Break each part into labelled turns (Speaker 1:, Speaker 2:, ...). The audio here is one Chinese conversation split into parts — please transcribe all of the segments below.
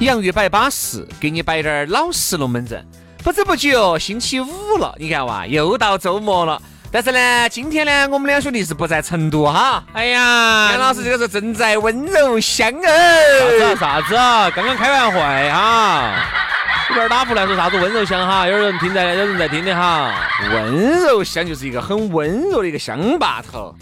Speaker 1: 洋芋摆巴适，给你摆点儿老实龙门阵。不知不觉哦，星期五了，你看哇，又到周末了。但是呢，今天呢，我们两兄弟是不在成都哈。
Speaker 2: 哎呀，
Speaker 1: 杨老师这个时候正在温柔乡
Speaker 2: 啥子啊
Speaker 1: 哦。
Speaker 2: 啥子啊？刚刚开完会哈，有点打胡乱说啥子温柔乡哈，有人听在，有人在听的哈。
Speaker 1: 温柔乡就是一个很温柔的一个乡坝头。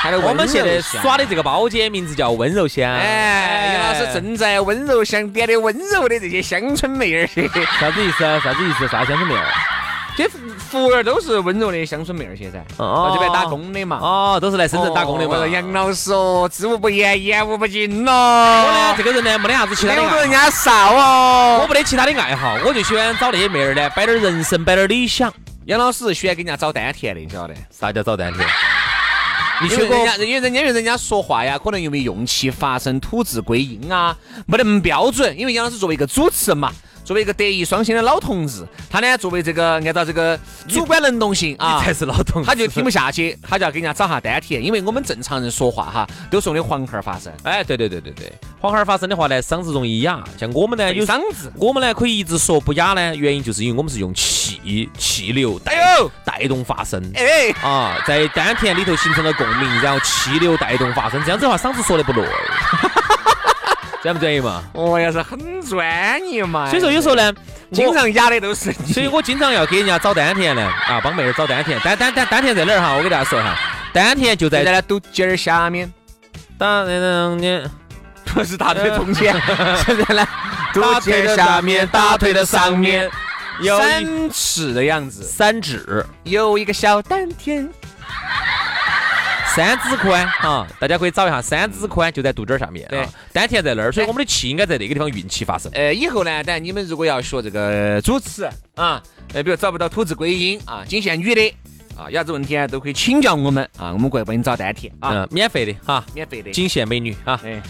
Speaker 1: 还有
Speaker 2: 我们现在
Speaker 1: 哎乡
Speaker 2: 耍的这个包间名字叫温柔乡。
Speaker 1: 哎，杨老师正在温柔乡点的温柔的这些乡村妹儿，些，
Speaker 2: 啥子意思啊？啥子意思？啥乡村没有？
Speaker 1: 这服务员都是温柔的乡村妹儿些噻，
Speaker 2: 哦
Speaker 1: 到这边打工的嘛。
Speaker 2: 哦，都是来深圳打工的嘛
Speaker 1: 哦。杨老师哦，知无不言，言无不尽咯。
Speaker 2: 我哦呢，
Speaker 1: 我
Speaker 2: 这个人呢，没得啥子其他的
Speaker 1: 撩着
Speaker 2: 爱
Speaker 1: 人
Speaker 2: 好。
Speaker 1: 家少
Speaker 2: 我
Speaker 1: 哦。
Speaker 2: 没得其他的爱好，我就喜欢找那些妹儿呢，摆点人生，摆点理想。
Speaker 1: 杨老师喜欢给人家找丹田的，你晓得？
Speaker 2: 啥叫找 单田？你
Speaker 1: 因
Speaker 2: 学
Speaker 1: 为
Speaker 2: 过
Speaker 1: 人家，因为人家，因为人家说话呀，可能由于用气发声、吐字归音啊，没得那么标准。因为杨老师作为一个主持人嘛，作为一个德艺双馨的老同志，他呢作为这个按照这个主观能动性啊，
Speaker 2: 你才是老同志
Speaker 1: 他就听不下去，他就要给人家找下丹田。因为我们正常人说话哈，都是用的黄喉儿发声，
Speaker 2: 哎，对对对对对，黄孩儿发声的话呢，嗓子容易哑。像我们呢，有
Speaker 1: 嗓子。
Speaker 2: 我们呢可以一直说不哑呢，原因就是因为我们是用气气流带、
Speaker 1: 哎呦
Speaker 2: 带动发声。
Speaker 1: 哎，
Speaker 2: 啊，在丹田里头形成了共鸣，然后气流带动发声，这样子的话嗓子说的不累，专不专业嘛？
Speaker 1: 我哦要是很专业嘛。
Speaker 2: 所以说有时候呢，
Speaker 1: 经
Speaker 2: 我
Speaker 1: 常压的都是你。
Speaker 2: 所以我经常要给人家找丹田呢，啊，帮妹儿找丹田。丹丹丹丹田在哪儿哈？我给大家说哈，丹田就
Speaker 1: 在
Speaker 2: 在
Speaker 1: 那肚脐儿下面，
Speaker 2: 当当当，
Speaker 1: 不是大腿中 间，是在那肚脐
Speaker 2: 大嗯腿
Speaker 1: 儿
Speaker 2: 的
Speaker 1: 下
Speaker 2: 下
Speaker 1: 面
Speaker 2: 面，，
Speaker 1: 大
Speaker 2: 大
Speaker 1: 腿
Speaker 2: 腿
Speaker 1: 的
Speaker 2: 的
Speaker 1: 上
Speaker 2: 上
Speaker 1: 面
Speaker 2: 面，有一
Speaker 1: 三尺的样子，
Speaker 2: 三指。
Speaker 1: 有一个小丹田。
Speaker 2: 三指宽啊，大家可以找一下，三指宽就在肚脐儿下面，
Speaker 1: 对
Speaker 2: 啊，丹田在那儿，所以我们的气应该在那个地方运气发生。
Speaker 1: 呃，以后呢，当然你们如果要学这个主持啊，呃，比如找不到吐字归音啊，仅限女的啊，有啥子问题啊都可以请教我们啊，我们过来帮你找丹田啊，
Speaker 2: 嗯，免费的哈，
Speaker 1: 免费的。
Speaker 2: 仅限美女啊，
Speaker 1: 哎，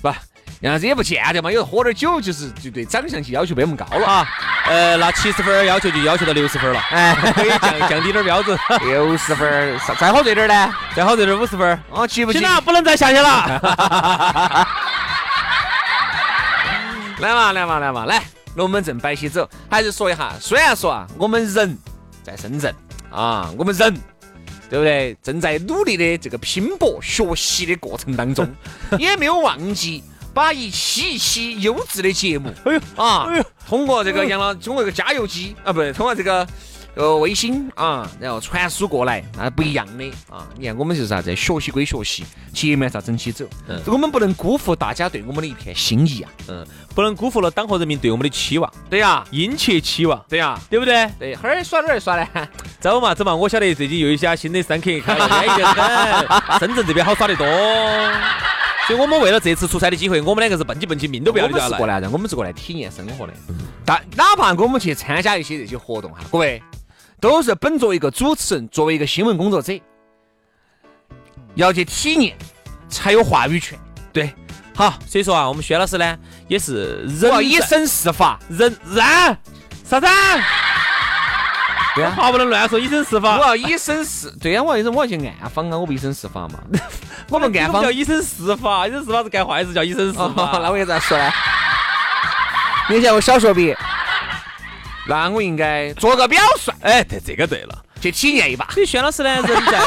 Speaker 1: 不，然后这也不见得嘛，有时候喝点酒就是就对长相就要求没那么高了。
Speaker 2: 啊，呃，那七十分儿要求就要求到六十分儿了，
Speaker 1: 哎，
Speaker 2: 可以 降降低点儿标 准，
Speaker 1: 六十分儿，啥再喝醉点儿呢？
Speaker 2: 再好这点五十分儿。
Speaker 1: 哦，记不记
Speaker 2: 行？了，不能再下去了。
Speaker 1: 来嘛，来嘛，来嘛，来，龙门阵摆起走。还是说一下，虽然说啊，我们人在深圳啊，我们人。对不对？正在努力的这个拼搏学习的过程 当中，也没有忘记把一期一期优质的节目，
Speaker 2: 哎呦
Speaker 1: 啊
Speaker 2: 哎呦，
Speaker 1: 通过这个养老，通过这个加油机啊，不是通过这个呃卫星啊，然后传输过来，那不一样的啊。你看我们就是啥子，学习归学习，节目还是要整起走
Speaker 2: 嗯，
Speaker 1: 我们不能辜负大家对我们的一片心意啊。
Speaker 2: 嗯， 不能辜负了党和人民对我们的期望，
Speaker 1: 对呀，
Speaker 2: 殷切期望，
Speaker 1: 对呀，
Speaker 2: 对不对？
Speaker 1: 对，哈儿耍哪儿耍呢？
Speaker 2: 走嘛走嘛，我晓得最近又有一家新的三 K 开了，安逸得 很，深圳这边好耍得多。所以我们为了这次出差的机会，我们两个是蹦起蹦起， 命都不要
Speaker 1: 我
Speaker 2: 的就
Speaker 1: 们
Speaker 2: 要
Speaker 1: 是
Speaker 2: 来
Speaker 1: 过。来人，我们是过来体验生活的。但哪怕我们去参加一些这些活动哈，各位都是本着一个主持人，作为一个新闻工作者，要去体验才有话语权。
Speaker 2: 对，好，所以说啊，我们薛老师呢也是
Speaker 1: 我
Speaker 2: 人
Speaker 1: 要以
Speaker 2: 在
Speaker 1: 身试法。
Speaker 2: 人然啥子啊？
Speaker 1: 对啊
Speaker 2: 话不能乱说，以身试
Speaker 1: 我
Speaker 2: 法。
Speaker 1: 要以身试，对呀、我要我要去暗访啊，我不以身试法嘛， 我们暗
Speaker 2: 这种
Speaker 1: 访
Speaker 2: 叫。以身试法，以身试法是干坏事叫以身 试
Speaker 1: 哦，那
Speaker 2: 法。哎
Speaker 1: 我该咋说呢？你像我小学毕业，那我应该做个表率，
Speaker 2: 哎，对，这个对了。
Speaker 1: 去体验一把。
Speaker 2: 所以薛老师呢，人在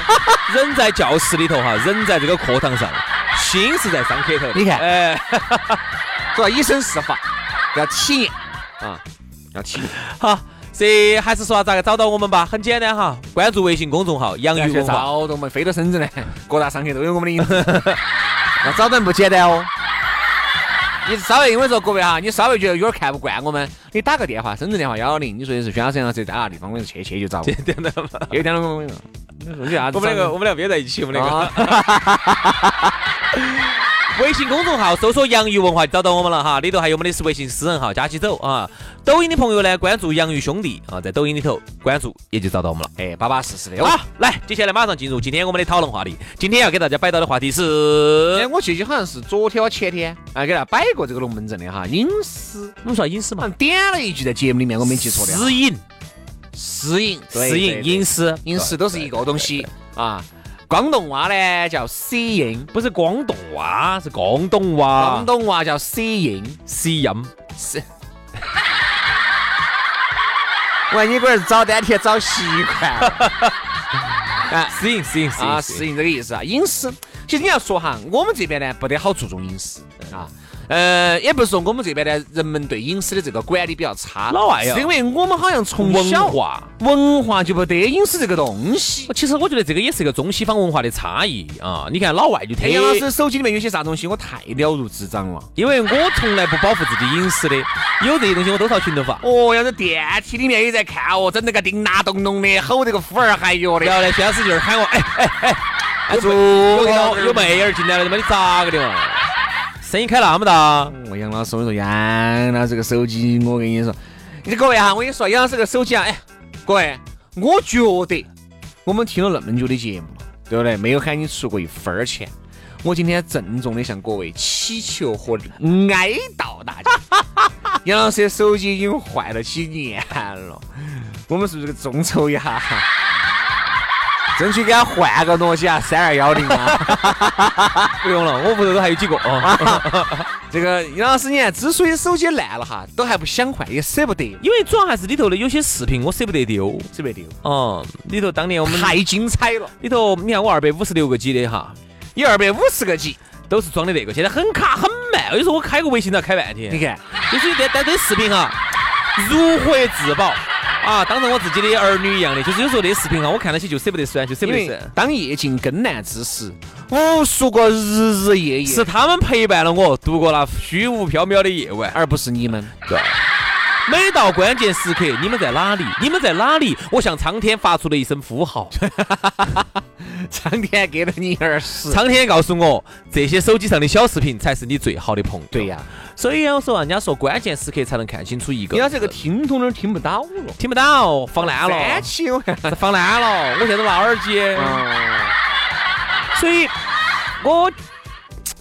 Speaker 2: 人在教室里头哈，人在这个课堂上，心是在商客头。
Speaker 3: 你看
Speaker 2: 哎，
Speaker 1: 是吧？以身试法，要体验啊，要体 验。
Speaker 2: 好，这还是说咋个找到我们吧？很简单哈，关注微信公众号“洋
Speaker 1: 洋
Speaker 2: 芋
Speaker 1: 芋
Speaker 2: 文化
Speaker 1: 早哎都没飞到深圳来， 各大商客都有我们的影 子。那找人不简单哦。你稍微因为说各位哈，你稍微觉得有点看不惯我们，你打个电话，深圳电话幺幺零，你说的是宣老师杨老师在啊哪个地方，我跟你说去去就找我。”，
Speaker 2: 对的嘛。
Speaker 1: 有点我跟你说，你说你啥子？
Speaker 2: 我们两 个，我们两个憋在一起，我们两个。
Speaker 1: 啊，
Speaker 2: 微信公众号搜索“洋芋文化”就找到我们了哈，里头还有我们的是微信私人号，加起走啊。抖音的朋友呢，关注“洋芋兄弟”啊，在抖音里头关注也就找到我们了。
Speaker 1: 哎，巴巴适适的。
Speaker 2: 好，来，接下来马上进入今天我们的讨论话题。今天要给大家摆到的话题是
Speaker 1: 哎，，我记得好像是昨天哦前天，啊，给大家摆过这个龙门阵的哈，隐私，
Speaker 2: 我们说隐私
Speaker 1: 好
Speaker 2: 嘛
Speaker 1: 像，点了一句在节目里面，我没记错的哈。
Speaker 2: 私隐、
Speaker 1: 私隐，
Speaker 2: 私隐、隐
Speaker 1: 隐
Speaker 2: 私，
Speaker 1: 隐私都是一个东西啊。广东话呢叫私隐，
Speaker 2: 不是广东话，是广东话
Speaker 1: 广。东话叫私隐。
Speaker 2: 私隐，
Speaker 1: 是。喂，你龟儿找单天找习惯了
Speaker 2: 私隐，私隐，
Speaker 1: 啊，
Speaker 2: 私
Speaker 1: 私
Speaker 2: 隐。
Speaker 1: 隐这个意思啊，隐私。其实你要说哈，我们这边呢不得好注重隐私啊。呃，也不是说我们这边呢，人们对隐私的这个管理比较差，
Speaker 2: 老外呀
Speaker 1: 是因为我们好像从小
Speaker 2: 文化，
Speaker 1: 啊文化就不得隐私这个东西。
Speaker 2: 其实我觉得这个也是一个中西方文化的差异啊。你看老外就特
Speaker 1: 哎，杨老师手机里面有些啥东西，我太了如指掌了。
Speaker 2: 因为我从来不保护自己隐私的，有这些东西我都朝群头发。
Speaker 1: 哦，要是电梯里面也在看哦，整那个叮当咚咚的，吼这个呼儿喊哟的。
Speaker 2: 然后呢，薛老师就是喊我，哎哎哎，
Speaker 1: 有
Speaker 2: 有
Speaker 1: 妹
Speaker 2: 有有妹儿进来了，他妈你咋个的嘛？声音开那么大，
Speaker 1: 我杨老师，我跟你说，杨老师这个手机，我跟你说，哎你各位哈，我跟你说，杨老师这个手机啊，哎，各 位，我觉得我们听了那么久的节目了，对不对？没有喊你出过一分儿钱。我今天郑重的向各位祈求和哀悼大家，杨老师的手机已经坏了几年了，我们是不是这个众筹一下， 争取给他换个东西啊，三二幺零啊。
Speaker 2: 不用了，我屋头都还有几个啊，
Speaker 1: 这个杨老师，你看，之所以手机烂了哈，都还不想换，也舍不得，
Speaker 2: 因为主要还是里头的有些视频我舍不得丢。
Speaker 1: 舍不得丢，
Speaker 2: 嗯，里头当年我们
Speaker 1: 太精彩了，
Speaker 2: 里头，你看我二百五十六个 G 的哈，
Speaker 1: 有二百五十个 G，
Speaker 2: 都是装的那个，现在很卡很慢。有时候我开个微信都要开半天。
Speaker 1: 你看，
Speaker 2: 就是在在这视频哈，如获至宝啊，当成我自己的儿女一样的。就是有时候那视频哈，我看到起就舍不得删，就舍
Speaker 1: 因
Speaker 2: 不得
Speaker 1: 为
Speaker 2: 删。
Speaker 1: 当夜尽更难之时，无数个日日夜夜，
Speaker 2: 是他们陪伴了我度过那虚无缥缈的夜晚。
Speaker 1: 而不是你们。
Speaker 2: 每到关键时刻，你们在哪里？你们在哪里？我向苍天发出了一声呼号，
Speaker 1: 苍天给了你耳屎。
Speaker 2: 苍天告诉我，这些手机上的小视频才是你最好的朋友。
Speaker 1: 对呀、
Speaker 2: 所以我说啊，人家说关键时刻才能看清楚一个
Speaker 1: 你
Speaker 2: 人。
Speaker 1: 要这个听筒都听不到了，
Speaker 2: 听不到，放烂了
Speaker 1: 三，七我看。
Speaker 2: 放烂了，我现在都拿耳机。
Speaker 1: 哦，
Speaker 2: 嗯所以，我觉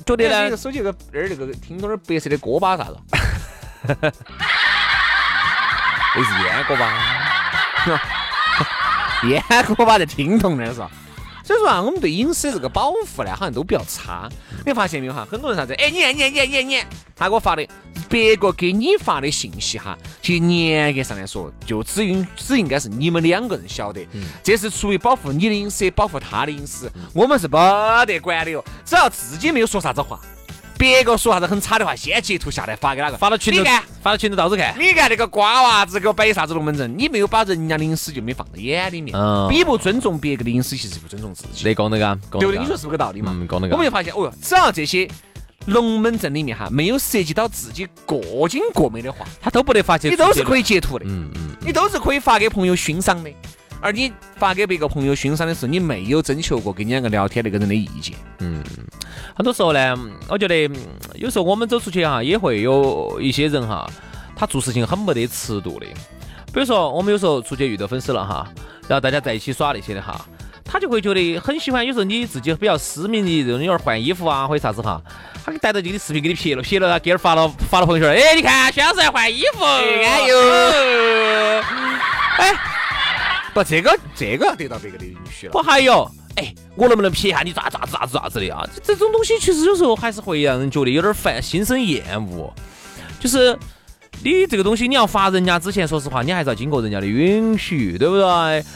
Speaker 1: 对
Speaker 2: 得
Speaker 1: 了，这
Speaker 2: 呢
Speaker 1: 个，手机有个那儿那个听筒那儿白色的锅巴 啥子？哎
Speaker 2: 类似烟锅吧。
Speaker 1: 烟锅巴在 听筒那儿是吧？所以说啊，我们对隐私这个保护呢，好像都比较差。你发现没有哈？很多人啥子？哎，你看，你看，你看，你看，你看，他给我发的，别个给你发的信息哈，其实严格上来说，就只应只应该是你们两个人晓得。
Speaker 2: 嗯
Speaker 1: 这是出于保护你的隐私，保护他的隐私，我们是没得管的哟。只要自己没有说啥子话，别个说啥子很差的话，先截图下来发给哪个？
Speaker 2: 发到群头
Speaker 1: 你看，
Speaker 2: 发到群头到处看。
Speaker 1: 你看那个瓜娃子给我摆啥子龙门阵，你没有把人家的隐私就没放在眼里面
Speaker 2: 嗯，
Speaker 1: 比不尊重别个的隐私，其实不尊重自己，
Speaker 2: 那讲那个，
Speaker 1: 对不对？你说是不是个道理嘛？
Speaker 2: 嗯，讲那
Speaker 1: 我们
Speaker 2: 个。
Speaker 1: 就发现，哦哟，只要这些龙门阵里面哈没有涉及到自己过精过美的话，
Speaker 2: 他都不得发起，
Speaker 1: 你都是可以截图的，
Speaker 2: 嗯嗯，
Speaker 1: 你都是可以发给朋友欣赏的。而你发给别个朋友欣赏的时候，你没有征求过跟你两个聊天那个人的意见，
Speaker 2: 很多时候呢，嗯我觉得嗯有时候我们走出去哈，也会有一些人哈，他做事情很没得尺度的。比如说，我们有时候出去遇到粉丝了哈，然后大家在一起耍那些的哈，他就会觉得很喜欢。有时候你自己比较私密的这种，有点换衣服啊或者啥子哈，他给逮到这个视频给你撇了，撇了，他给儿发了发了朋友圈，哎，你看薛老师在换衣服，
Speaker 1: 哎呦， 哎，不，这个这个要得到别个的允许了
Speaker 2: 不。还有，哎，我能不能撇一下你咋咋咋咋子的啊？这这种东西其实有时候还是会让人觉得有点烦，心生厌恶。就是你这个东西，你要发人家之前，说实话，你还是要经过人家的允许，对不对？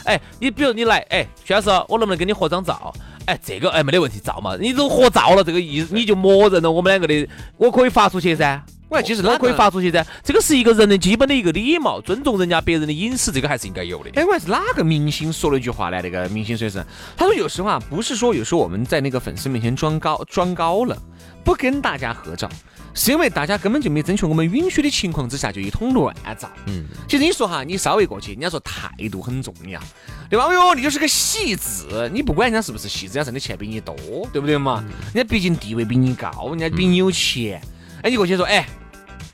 Speaker 2: 哎，你比如你来，哎，薛老师，我能不能跟你合张照？哎，这个哎没得问题，造嘛，你都合照了，这个意你就默认了我们两个的，我可以发出去噻。
Speaker 1: 喂其实
Speaker 2: 我
Speaker 1: 哪
Speaker 2: 可以
Speaker 1: 个
Speaker 2: 发出去噻，这个是一个人的基本的一个礼貌，尊重人家别人的隐私，这个还是应该有的。
Speaker 1: 哎，我还是哪个明星说了一句话呢？那个明星说是，他说有时候啊，不是说有时候我们在那个粉丝面前装高装高了，不跟大家合照，是因为大家根本就没征求我们允许的情况之下就一通乱照。
Speaker 2: 嗯，
Speaker 1: 其实你说哈，你稍微过去，人家说态度很重要，对吧？哎呦，你就是个戏子，你不管人家是不是戏子，人家挣的钱比你多，对不对嘛？
Speaker 2: 嗯
Speaker 1: 人家毕竟地位比你高，人家比你有钱，
Speaker 2: 嗯
Speaker 1: 哎，你过去说，哎，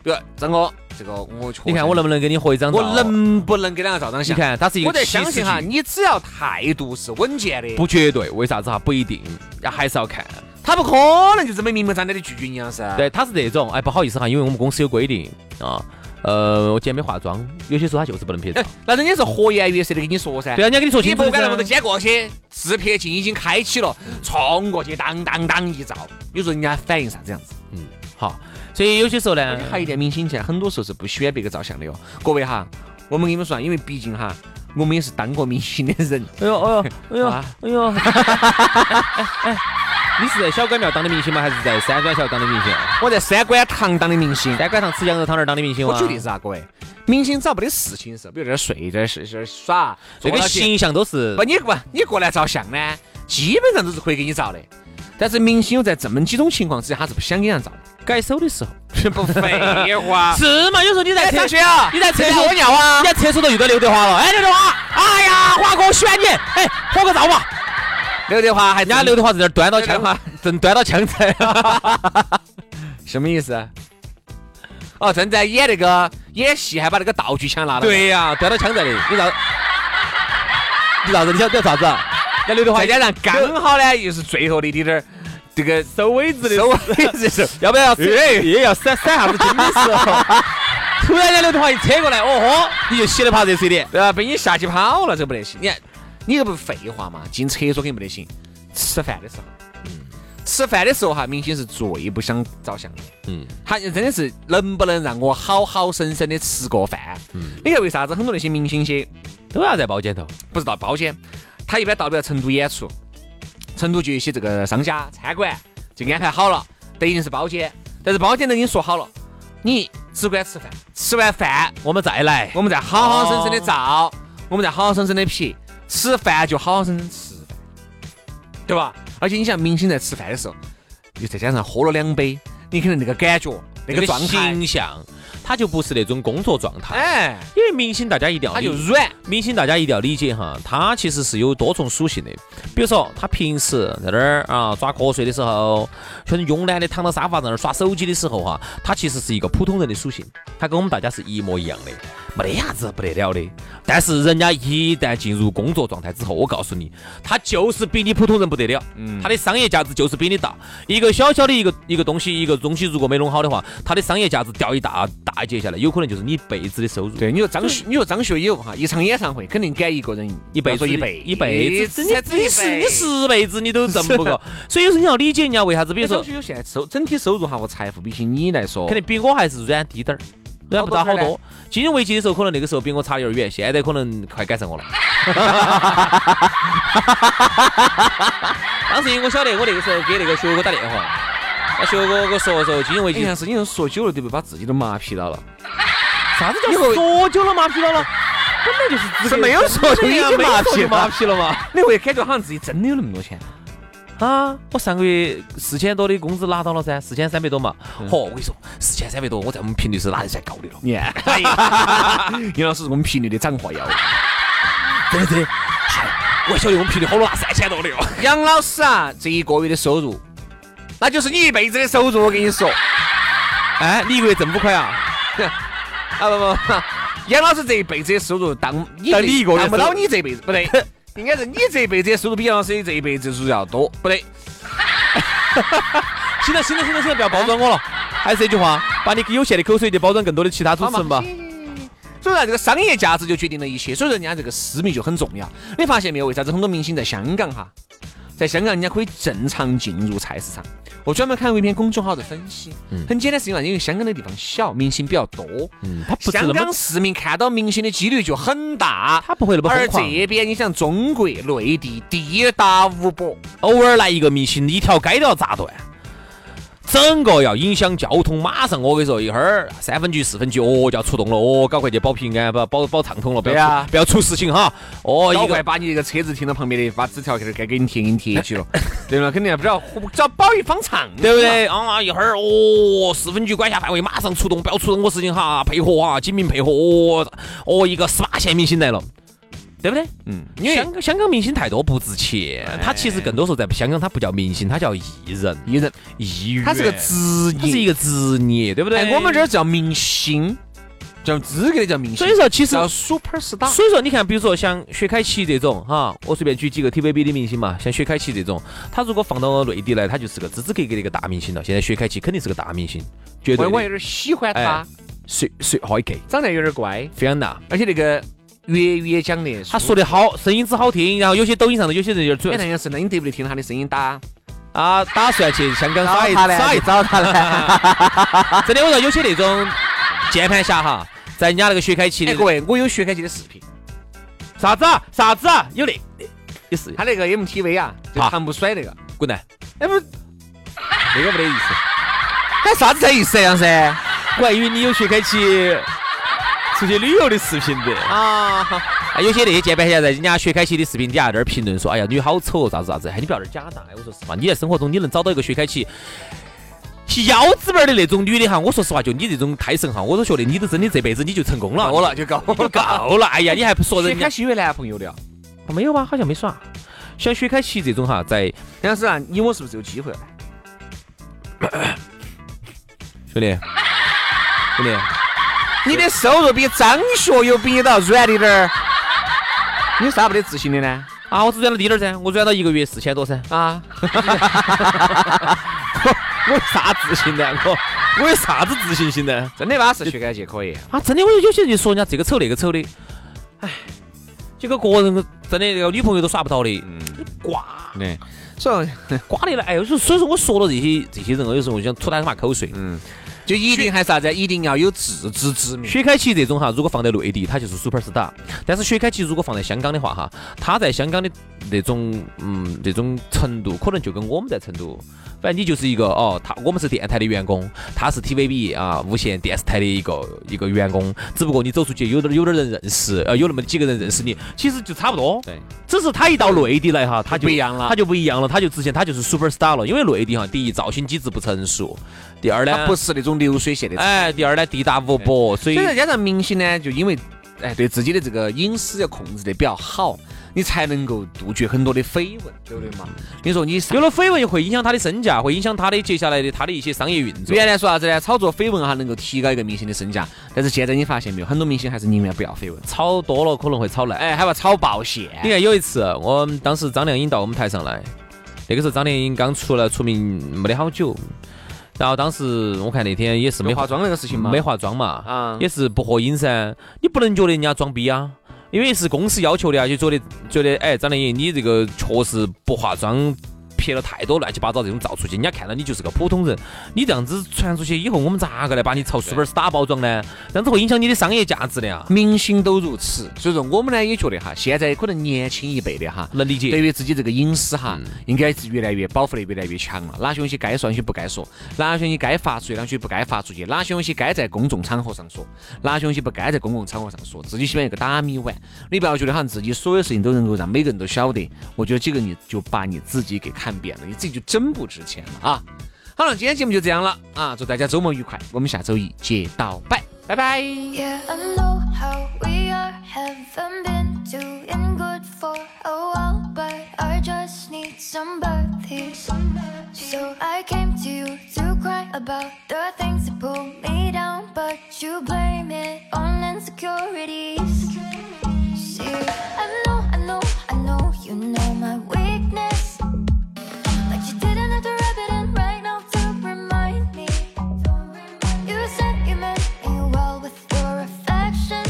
Speaker 1: 比如张哥，这个我确
Speaker 2: 你看
Speaker 1: 实
Speaker 2: 我能不能给你合一张照？
Speaker 1: 我。能不能给两个照张
Speaker 2: 你
Speaker 1: 相？
Speaker 2: 看，他是一个
Speaker 1: 我在
Speaker 2: 起始
Speaker 1: 相信哈，
Speaker 2: 句，
Speaker 1: 你只要态度是稳健的，
Speaker 2: 不绝对，为啥子哈？不一定，还是要看。
Speaker 1: 他不可能就这么明目张胆的拒绝你样噻。，
Speaker 2: 对，他是这种，哎，不好意思哈，因为我们公司有规定啊，呃，我今天没化妆，有些时候他就是不 能拍照
Speaker 1: 哎。，那人家是和颜悦色的跟你说噻。
Speaker 2: 对啊，人家跟你说
Speaker 1: 你
Speaker 2: 清
Speaker 1: 不
Speaker 2: 楚的
Speaker 1: 管那么多，
Speaker 2: 噻。嗯
Speaker 1: 今天过去，自拍镜已经开启了，冲过去当当当一照，你说人家反应啥子样子？
Speaker 2: 好，所以有些时候呢，
Speaker 1: 还有一点，明星现在很多时候是不喜欢别个照相的哟。各位哈，我们跟你们说啊，因为毕竟哈，我们也是当过明星的人，
Speaker 2: 哎呦哎呦哎呦
Speaker 1: 啊
Speaker 2: 哎呦，哎哎， 你是在小关庙当的明星吗？还是在三官桥当的明星？
Speaker 1: 我在三观堂当的明星。
Speaker 2: 三官上吃羊肉汤那儿当的明星吗？
Speaker 1: 我举例子啊，各位，明星只要没得事情是，比如在这儿睡，在这儿睡，在这儿耍，
Speaker 2: 这个
Speaker 1: 坐到起
Speaker 2: 形象都是
Speaker 1: 不，你不，你过来照相呢，基本上都是可以给你照的。但是明星有在这么几种情况之下，他是不想给人家照的。
Speaker 2: 改手的时候。，
Speaker 1: 不废话
Speaker 2: 是嘛？有时候你在
Speaker 1: 哎，
Speaker 2: 厕
Speaker 1: 张学啊，
Speaker 2: 你在厕
Speaker 1: 你
Speaker 2: 所
Speaker 1: 来我尿啊
Speaker 2: 你！在厕所都遇到刘德华了。哎，刘德华，哎呀，华哥我喜欢你，哎，合个照吧。
Speaker 1: 刘德华还
Speaker 2: 人家刘德华在那儿端到
Speaker 1: 刘德
Speaker 2: 枪
Speaker 1: 华，
Speaker 2: 正端到枪在。
Speaker 1: 什么意思？啊哦，正在演那个演戏，还把那个道具枪拿了。，
Speaker 2: 对呀，端到枪在的。你咋？你咋子？你想要啥子？人家刘德华
Speaker 1: 再加上刚好呢，又是最后的滴点儿这个
Speaker 2: 收尾子的，
Speaker 1: 收尾的 时候，哎
Speaker 2: 要不然要也要闪闪啥子筋的时候，突然间刘德华一扯过来，哦豁，你就洗了怕热水的。
Speaker 1: 对吧？被你吓起跑了，这不得行。你看，你这不废话嘛？进厕所肯定不得行。吃饭的时候，吃饭的时候哈，明星是最不想照相的。
Speaker 2: 嗯，
Speaker 1: 他真的是能不能让我好好生生的吃个饭？你看为啥子很多那些明星些
Speaker 2: 都要在包间头。
Speaker 1: 不是到包间，他一般到不了成都演出，成都就有一些这个商家餐馆就安排好了，都已经是包间，但是包间都已经说好了，你只管吃饭，吃完饭
Speaker 2: 我们再来，
Speaker 1: 我们再好好生生的照，我们再好好生生的皮，吃饭就好好生生吃饭，对吧？而且你想，明星在吃饭的时候，又再加上喝了两杯，你可能那个感觉、那个状态，
Speaker 2: 形象，他就不是那种工作状态。
Speaker 1: 哎，
Speaker 2: 因为明星大家一定要
Speaker 1: 他
Speaker 2: 理
Speaker 1: 就软。
Speaker 2: 明星大家一定要理解哈，他其实是有多重属性的。比如说，他平时在那儿啊抓瞌睡的时候，或者慵懒的躺到沙发上那儿耍手机的时候哈，他其实是一个普通人的属性，他跟我们大家是一模一样的，没得啥子不得了的。但是人家一旦进入工作状态之后，我告诉你，他就是比你普通人不得了，
Speaker 1: 嗯
Speaker 2: 他的商业价值就是比你大。一个小小的一个一个东西，一个东西如果没弄好的话，它的商业价值掉一大大截下来，有可能就是你一辈子的收入。
Speaker 1: 对，你说张学，你说张学友哈，一场演唱会肯定赶一个人
Speaker 2: 一
Speaker 1: 要
Speaker 2: 辈子
Speaker 1: 说一
Speaker 2: 辈
Speaker 1: 辈
Speaker 2: 一辈子，
Speaker 1: 子，
Speaker 2: 你
Speaker 1: 才只
Speaker 2: 你
Speaker 1: 一
Speaker 2: 是
Speaker 1: 辈哎
Speaker 2: 你。十辈子你都挣不够，所以有时候你要理解人家为啥子，比
Speaker 1: 比
Speaker 2: 如
Speaker 1: 如说
Speaker 2: 说
Speaker 1: 张学友现在收整体收入哈和财富比起你来说，
Speaker 2: 肯定比我还是软低点儿，软不到好
Speaker 1: 好多
Speaker 2: 多。金融危机的时候可能那个时候比我差有点远，现在可能快赶上我了。当时因为我晓得我那个时候给那个学哥打电话，那学哥给我说说金融危
Speaker 1: 你
Speaker 2: 机
Speaker 1: 哎像是你说久了，对不对？把自己都麻痹到了。
Speaker 2: 啥子叫
Speaker 1: 以后
Speaker 2: 说久了麻痹了了，本来就是资格
Speaker 1: 是没有 说就已经
Speaker 2: 没有
Speaker 1: 麻
Speaker 2: 说
Speaker 1: 痹
Speaker 2: 就
Speaker 1: 了
Speaker 2: 麻痹了嘛。
Speaker 1: 你会感觉好像自己真的有那么多钱，
Speaker 2: 啊，我上个月四千多的工资拿到了噻，四千三百多嘛。嚯、我跟你说，四千三百多，我在我们频率是拿得算高的了。
Speaker 1: 你看，杨老师是我们频率的掌舵妖。
Speaker 2: 真的真的，哎嗨，我还晓得我们频率好多拿三千多的哟。
Speaker 1: 杨老师啊，这一个月的收入，那就是你一辈子的收入。我跟你 说，
Speaker 2: 哎，你一个月挣五块啊？
Speaker 1: 啊不不不，杨老师这一辈子的收入当你
Speaker 2: 当你一个月
Speaker 1: 当不
Speaker 2: 收入
Speaker 1: 到你这辈子， 不对，应该是你这辈子的收入比杨老师的这一辈子收入要多，不对。
Speaker 2: 行了行了行了行了，不要包装我了。还是这句话，把你有限的口水就包装更多的其他主持人吧。
Speaker 1: 所以啊说，这个商业价值就决定了一切。所以说，人家这个私密就很重要。你发现没有？为啥子很多明星在香港哈，在香港人家可以正常进入菜市场。我专门看过一篇公众号的分析，
Speaker 2: 嗯
Speaker 1: 很简单是因为因为香港的地方小，明星比较多，
Speaker 2: 他嗯不是
Speaker 1: 香
Speaker 2: 那
Speaker 1: 港
Speaker 2: 么，
Speaker 1: 市民看到明星的几率就很大。
Speaker 2: 他不会那么
Speaker 1: 而
Speaker 2: 疯狂，
Speaker 1: 这边你想中国内地地大物博，
Speaker 2: 偶尔来一个明星，一条街都要炸断。整个要影响交通，马上我跟你说，一会儿三分局、四分局，哦，就要出动了，哦，赶快去保平安，不要保保畅通了，不要
Speaker 1: 对啊
Speaker 2: 出不要出事情哈。哦，
Speaker 1: 老
Speaker 2: 一
Speaker 1: 怪
Speaker 2: 个
Speaker 1: 把你那个车子停到旁边的，把纸条给该给你贴给你贴 起了，对嘛？肯定要不要找保一方唱，
Speaker 2: 对不？对？啊，一会儿哦，四分局管辖范围马上出动，不要出任何事情哈，配合啊，警民配合。哦，哦，一个十八线明星来了，对不对？
Speaker 1: 嗯，因
Speaker 2: 因为
Speaker 1: 为
Speaker 2: 香港香港明星太多不值钱，他其实更多时候在香港他不叫明星，他叫艺人，
Speaker 1: 艺人
Speaker 2: 艺员，
Speaker 1: 他是个职
Speaker 2: 他是一
Speaker 1: 业，
Speaker 2: 个职业，对不对？
Speaker 1: 哎，我们这儿叫明星，叫资格的叫明星
Speaker 2: 所以，说其实
Speaker 1: 叫 super star。
Speaker 2: 所以说，你看，比如说像薛凯琪这种哈，我随便举几个 TVB 的明星嘛，像薛凯琪这种，他如果放到内地来，他就是个支支格格的一个大明星了。现在薛凯琪肯定是个大明星，绝对
Speaker 1: 我我有
Speaker 2: 的。
Speaker 1: 点喜欢他
Speaker 2: 哎，薛薛凯琪
Speaker 1: 长得有点乖，
Speaker 2: 非常大，
Speaker 1: 而且那个粤语也讲的，
Speaker 2: 他说的好，声音之好听，然后有些抖音上的有些人就
Speaker 1: 哎，
Speaker 2: 转
Speaker 1: 那样是那你得不得听他的声音打？
Speaker 2: 啊，打算去香港耍一
Speaker 1: 他嘞
Speaker 2: 耍一
Speaker 1: 找他嘞。
Speaker 2: 真的，我说有些那种键盘侠哈，在人家那个薛凯琪
Speaker 1: 哎，
Speaker 2: 的
Speaker 1: 各位，我有薛凯琪的视频，
Speaker 2: 啥子啊啥子啊，有那也是
Speaker 1: 他那个 MTV 啊，就
Speaker 2: 好
Speaker 1: 弹不甩那个，
Speaker 2: 滚蛋，
Speaker 1: 哎不，
Speaker 2: 那个没得意思。
Speaker 1: 喊啥子才意思啊这样噻？
Speaker 2: 关于你有薛凯琪出去旅游的视频的。
Speaker 1: 啊，好
Speaker 2: 啊，有些那些键盘侠在人家薛凯琪的视频底下在那儿评论说：“哎呀，女好丑，啥子啥子。”哎，你不要在那儿假大爷，我说实话，你在生活中你能找到一个薛凯琪腰子门儿的那种女的哈，我说实话，就你这种胎神哈，我都觉得你都真的这辈子你就成功了，
Speaker 1: 够了就够
Speaker 2: 就够了。哎呀，你还不说
Speaker 1: 薛
Speaker 2: 人家
Speaker 1: 凯琪有男朋友的啊？
Speaker 2: 他没有吧？好像没耍。像薛凯琪这种哈，在
Speaker 1: 杨老师啊，你我是不是有机会了？
Speaker 2: 兄弟，兄弟，
Speaker 1: 你的收入比张学友比你都要软的点儿，你有啥没得自信的呢？
Speaker 2: 啊，我只转到低点儿噻，我转到一个月四千多噻。
Speaker 1: 啊，
Speaker 2: 我有啥自信呢？我我有啥子自信心呢？
Speaker 1: 真的巴适，薛凯琪可以。
Speaker 2: 啊，真的，我有些人就说人家这个丑那个丑的，哎，结果个人真的那个女朋友都耍不到的，瓜
Speaker 1: 对，所以
Speaker 2: 瓜的了。哎，有时候所以说我说了这些这些人，我有时候我想吐他妈口水。
Speaker 1: 嗯就一定还啥子啊，一定要有自知之明。
Speaker 2: 薛凯琪这种哈，如果放在内地，他就是 super star；但是薛凯琪如果放在香港的话哈，他在香港的那种嗯那种程度，可能就跟我们在成都，反正你就是一个哦，他我们是电台的员工，他是 TVB 啊无线电视台的一个一个员工，只不过你走出去有点有点人认识，呃有那么几个人认识你，其实就差不多。
Speaker 1: 对，
Speaker 2: 只是他一到内地来哈，他就
Speaker 1: 不一样了
Speaker 2: 他就不一样了，他就之前他就是 super star 了，因为内地哈，第一造型机制不成熟，第二呢
Speaker 1: 他不是那哎种流水线的。
Speaker 2: 哎，第二呢地大物博，所以
Speaker 1: 所以再加上明星呢，就因为哎对自己的这个隐私要控制的比较好，你才能够杜绝很多的绯闻，对不对嘛？你说你啥
Speaker 2: 有了绯闻会影响他的身价，会影响他的接下来的他的一些商业运作。
Speaker 1: 原来说啥子呢？炒作绯闻哈能够提高一个明星的身价，但是现在你发现没有，很多明星还是宁愿不要绯闻，
Speaker 2: 炒多了可能会炒烂。
Speaker 1: 哎，害怕炒爆线。
Speaker 2: 你看有一次，我们当时张靓颖到我们台上来，那个时候张靓颖刚出来出名没得好久，然后当时我看那天也是没
Speaker 1: 没化妆那个事情吗？
Speaker 2: 没化妆嘛，
Speaker 1: 啊，
Speaker 2: 也是不合影噻。你不能觉得人家装逼啊，因为是公司要求的啊，就觉得觉得哎，张靓颖你这个确实不化妆。撇了太多乱七八糟这种照出去，人家看到你就是个普通人，你这样子传出去以后，我们咋个来把你朝 super star 包装呢？这样子会影响你的商业价值的啊，
Speaker 1: 明星都如此，所以说我们呢也觉得哈，现在可能年轻一辈的哈，
Speaker 2: 能理
Speaker 1: 对
Speaker 2: 解？
Speaker 1: 于自己这个隐私哈，应该是越来越保护的越来越强了。哪些东西该说，哪些不该说；哪些东西该发出去，哪些不该发出去；哪些东西该在公众场合上说，哪些东西不该在公共场合上说。自己喜欢一个打米碗，你不要觉得好像自己所有事情都能够让每个人都晓得。我觉得这个你就把你自己给看扁了，你自己就真不值钱了啊！好了，今天节目就这样了啊！祝大家周末愉快，我们下周一接到拜，拜拜。
Speaker 4: Yeah, I know how we are. Haven't been doing good for a while, but I just need somebody. So I came to you to cry about the things that pull me down, but you blame it on insecurities. See, I know, I know, I know you know my weakness, but you didn't have to rub it in right now to remind me. You said you meant me well with your affection.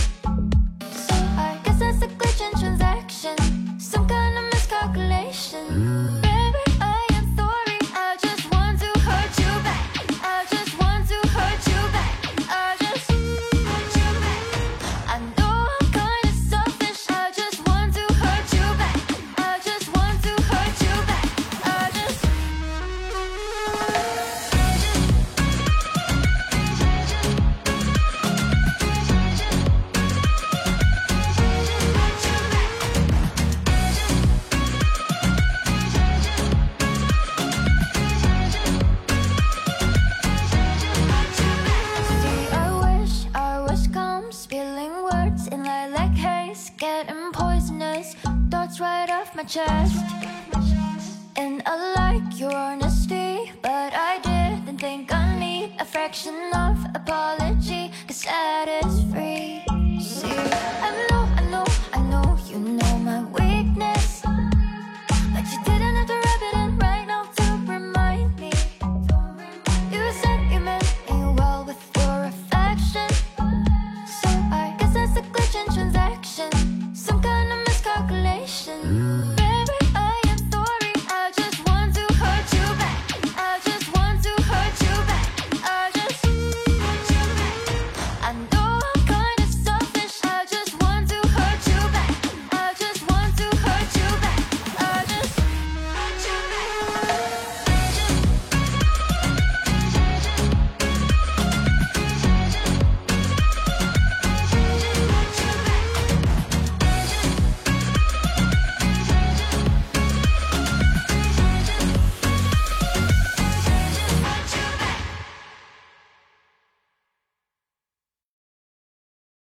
Speaker 4: So I guess that's a glitch in transaction. Some kind of miscalculation. Babe, my chest. And I like your honesty, but I didn't think I need a fraction of apology. Cause that is free. See, I know, I know, I know you know my